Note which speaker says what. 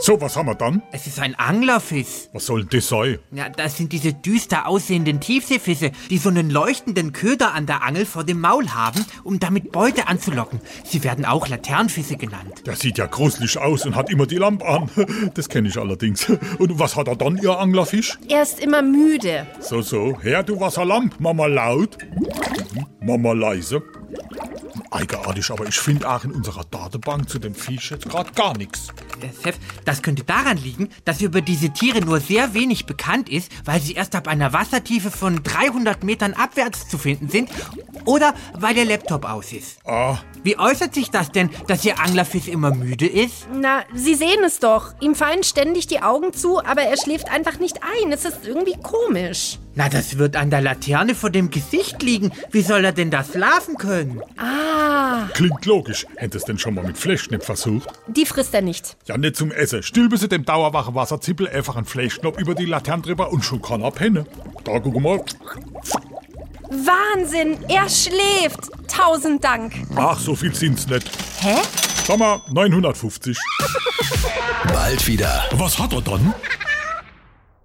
Speaker 1: So, was haben wir dann?
Speaker 2: Es ist ein Anglerfisch.
Speaker 1: Was soll denn das sein?
Speaker 2: Ja, das sind diese düster aussehenden Tiefseefische, die so einen leuchtenden Köder an der Angel vor dem Maul haben, um damit Beute anzulocken. Sie werden auch Laternenfische genannt.
Speaker 1: Der sieht ja gruselig aus und hat immer die Lampe an. Das kenne ich allerdings. Und was hat er dann, ihr Anglerfisch?
Speaker 3: Er ist immer müde.
Speaker 1: So, so. Her, du Wasserlamp. Mama laut. Mama leise. Eigenartig, aber ich finde auch in unserer Datenbank zu dem Fisch jetzt gerade gar nichts.
Speaker 2: Der Äh, Chef, das könnte daran liegen, dass über diese Tiere nur sehr wenig bekannt ist, weil sie erst ab einer Wassertiefe von 300 Metern abwärts zu finden sind oder weil der Laptop aus ist.
Speaker 1: Ah,
Speaker 2: Wie äußert sich das denn, dass Ihr Anglerfisch immer müde ist?
Speaker 3: Na, Sie sehen es doch. Ihm fallen ständig die Augen zu, aber er schläft einfach nicht ein. Es ist irgendwie komisch.
Speaker 2: Na, das wird an der Laterne vor dem Gesicht liegen. Wie soll er denn da schlafen können?
Speaker 3: Ah,
Speaker 1: klingt logisch. Hättest denn schon mal mit Fleischknepp versucht?
Speaker 3: die frisst er nicht.
Speaker 1: Ja, nicht zum Essen. Stülpe sie dem dauerwachen Wasserzippel einfach einen Fleischknopf über die Laterne drüber und schon kann er pennen. Da guck mal.
Speaker 3: Wahnsinn, er schläft. Tausend Dank.
Speaker 1: Ach, so viel sind's nicht.
Speaker 3: Hä?
Speaker 1: Sag mal, 950.
Speaker 4: Bald wieder.
Speaker 1: Was hat er dann?